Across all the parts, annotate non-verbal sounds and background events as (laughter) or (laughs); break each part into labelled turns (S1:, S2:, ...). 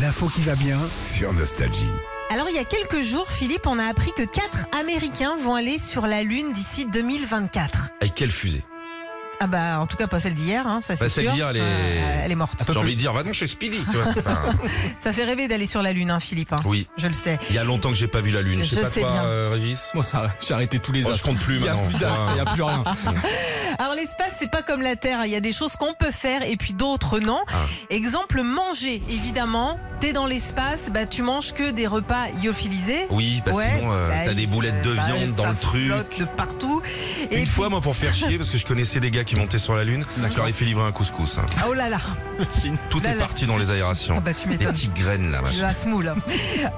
S1: L'info qui va bien sur Nostalgie.
S2: Alors, il y a quelques jours, Philippe, on a appris que quatre Américains vont aller sur la Lune d'ici 2024.
S3: Avec quelle fusée
S2: Ah bah, en tout cas, pas celle d'hier, hein, ça c'est
S3: Bah, celle
S2: sûr.
S3: d'hier, elle est-
S2: Euh, elle est morte.
S3: J'ai envie de dire, va donc chez Speedy. tu vois.
S2: (laughs)
S3: Enfin,
S2: Ça fait rêver d'aller sur la Lune, hein, Philippe. hein.
S3: oui,
S2: Je le sais.
S3: il y a longtemps que j'ai pas vu la Lune. Je
S2: Je
S3: sais pas
S2: sais
S3: toi,
S2: bien.
S3: euh, Régis
S4: Moi, ça, j'ai arrêté tous les
S3: Moi, je
S4: astres.
S3: compte plus
S4: Il y a
S3: maintenant.
S4: plus d'astres, il y a plus rien.
S2: Alors, l'espace, c'est pas comme la Terre. Il y a des choses qu'on peut faire et puis d'autres non.
S3: Ah.
S2: Exemple, manger, évidemment. T'es dans l'espace, bah, tu manges que des repas lyophilisés.
S3: Oui, bah
S2: Ouais,
S3: sinon, euh,
S2: bah,
S3: t'as des
S2: ils-
S3: boulettes de
S2: bah,
S3: viande dans
S2: ça
S3: le truc.
S2: flotte de partout. Et
S3: Une
S2: puis-
S3: fois, moi, pour faire chier, parce que je connaissais des gars qui montaient sur la Lune, je leur ai fait livrer un couscous. hein.
S2: Oh là là.
S3: Tout
S2: Là,
S3: est
S2: là.
S3: parti dans les
S2: Ah (laughs)
S3: aérations.
S2: bah, tu
S3: Des
S2: m'étonnes.
S3: petites graines, là, machin.
S2: La semoule. (laughs)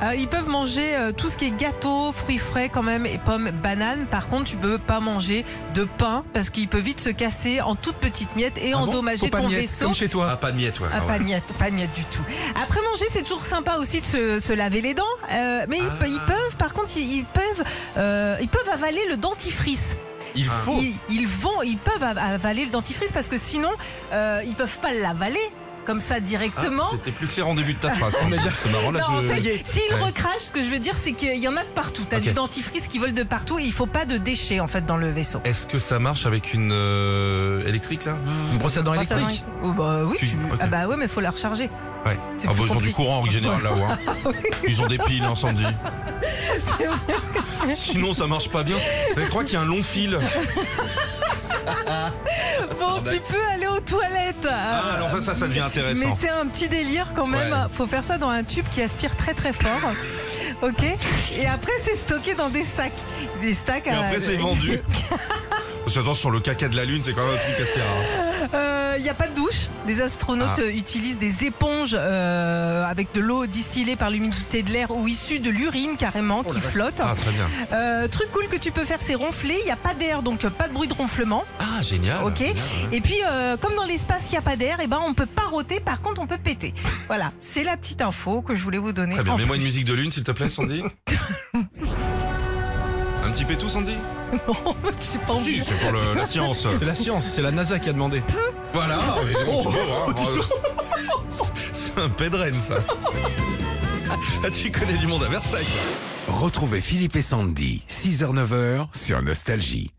S2: Euh, ils peuvent manger euh, tout ce qui est gâteau, fruits frais quand même, et pommes, bananes. Par contre, tu peux pas manger de pain parce qu'il peut vite se casser en toutes petites miettes et
S4: Ah bon
S2: endommager
S4: Faut pas
S2: ton
S4: de miettes,
S2: vaisseau.
S4: Comme chez toi.
S3: Ah, pas de miettes, ouais.
S2: Ah,
S3: Ah ouais.
S2: pas de miettes, pas de miettes du tout. Après manger, c'est toujours sympa aussi de se, se laver les dents. euh, mais ils,
S3: Ah.
S2: ils peuvent, par contre, ils, ils peuvent, euh, ils peuvent avaler le dentifrice.
S4: Il
S3: Ah.
S4: faut.
S2: Ils, ils vont, ils peuvent av- avaler le dentifrice parce que sinon, euh, ils peuvent pas l'avaler comme ça
S3: Ah,
S2: directement.
S3: C'était plus clair en début de ta phrase.
S2: (laughs)
S3: hein. C'est marrant, là,
S2: Non, en
S3: je-
S2: fait, s'il
S3: Ouais.
S2: recrache, ce que je veux dire, c'est qu'il y en a de partout. T'as
S3: Ok.
S2: du dentifrice qui vole de partout et il faut pas de déchets, en fait, dans le vaisseau.
S3: Est-ce que ça marche avec une euh, électrique, là
S4: Une brosse à dents
S2: Enfin, ça
S4: électrique.
S2: va. Oh, bah oui,
S3: Tu-
S2: tu-
S3: ok.
S2: ah bah ouais, mais faut la recharger.
S3: Ouais.
S2: C'est
S3: Ah,
S2: plus
S3: bah, ils ont du
S2: compliqué.
S3: courant en général là-haut.
S2: (laughs)
S3: hein. Ils ont des piles incendie. Sinon, ça marche pas bien. Je crois qu'il y a un long fil.
S2: Bon, tu peux aller aux toilettes.
S3: Ah, alors ça, ça, ça devient
S2: mais
S3: intéressant.
S2: c'est un petit délire quand même.
S3: Ouais.
S2: Faut faire ça dans un tube qui aspire très très
S3: (laughs)
S2: fort. Ok Et après, c'est stocké dans des sacs. Des stacks
S3: Et
S2: à-
S3: après, c'est vendu. Parce que, attends, sur le caca de la Lune, c'est quand même un truc assez rare. hein.
S2: Il n'y Euh, a pas de douche. Les astronautes
S3: Ah.
S2: euh, utilisent des éponges euh, avec de l'eau distillée par l'humidité de l'air ou issue de l'urine carrément qui flotte.
S3: Ah, très bien.
S2: Euh, truc cool que tu peux faire, c'est ronfler. Il n'y a pas d'air, donc euh, pas de bruit de ronflement.
S3: Ah, génial.
S2: Ok.
S3: Génial, ouais.
S2: Et puis, euh, comme dans l'espace, il n'y a pas d'air, et ben on peut pas roter. Par contre, on peut péter. Voilà, c'est la petite info que je voulais vous donner.
S3: Très bien.
S2: en
S3: Mets-moi une
S2: plus.
S3: musique de Lune, s'il te plaît, Sandy. Un petit pétou, Sandy
S2: (laughs) Non, j'ai pas envie.
S3: Si, c'est pour le-
S2: (laughs)
S3: la science.
S4: C'est la science, c'est la NASA qui a demandé.
S3: Voilà.
S2: Oh.
S3: mais bon, tu vois, hein. C'est un pédren,
S2: (laughs)
S3: ça. Ah, tu connais du monde à Versailles. quoi.
S1: Retrouvez Philippe et Sandy, 6h-9h sur Nostalgie.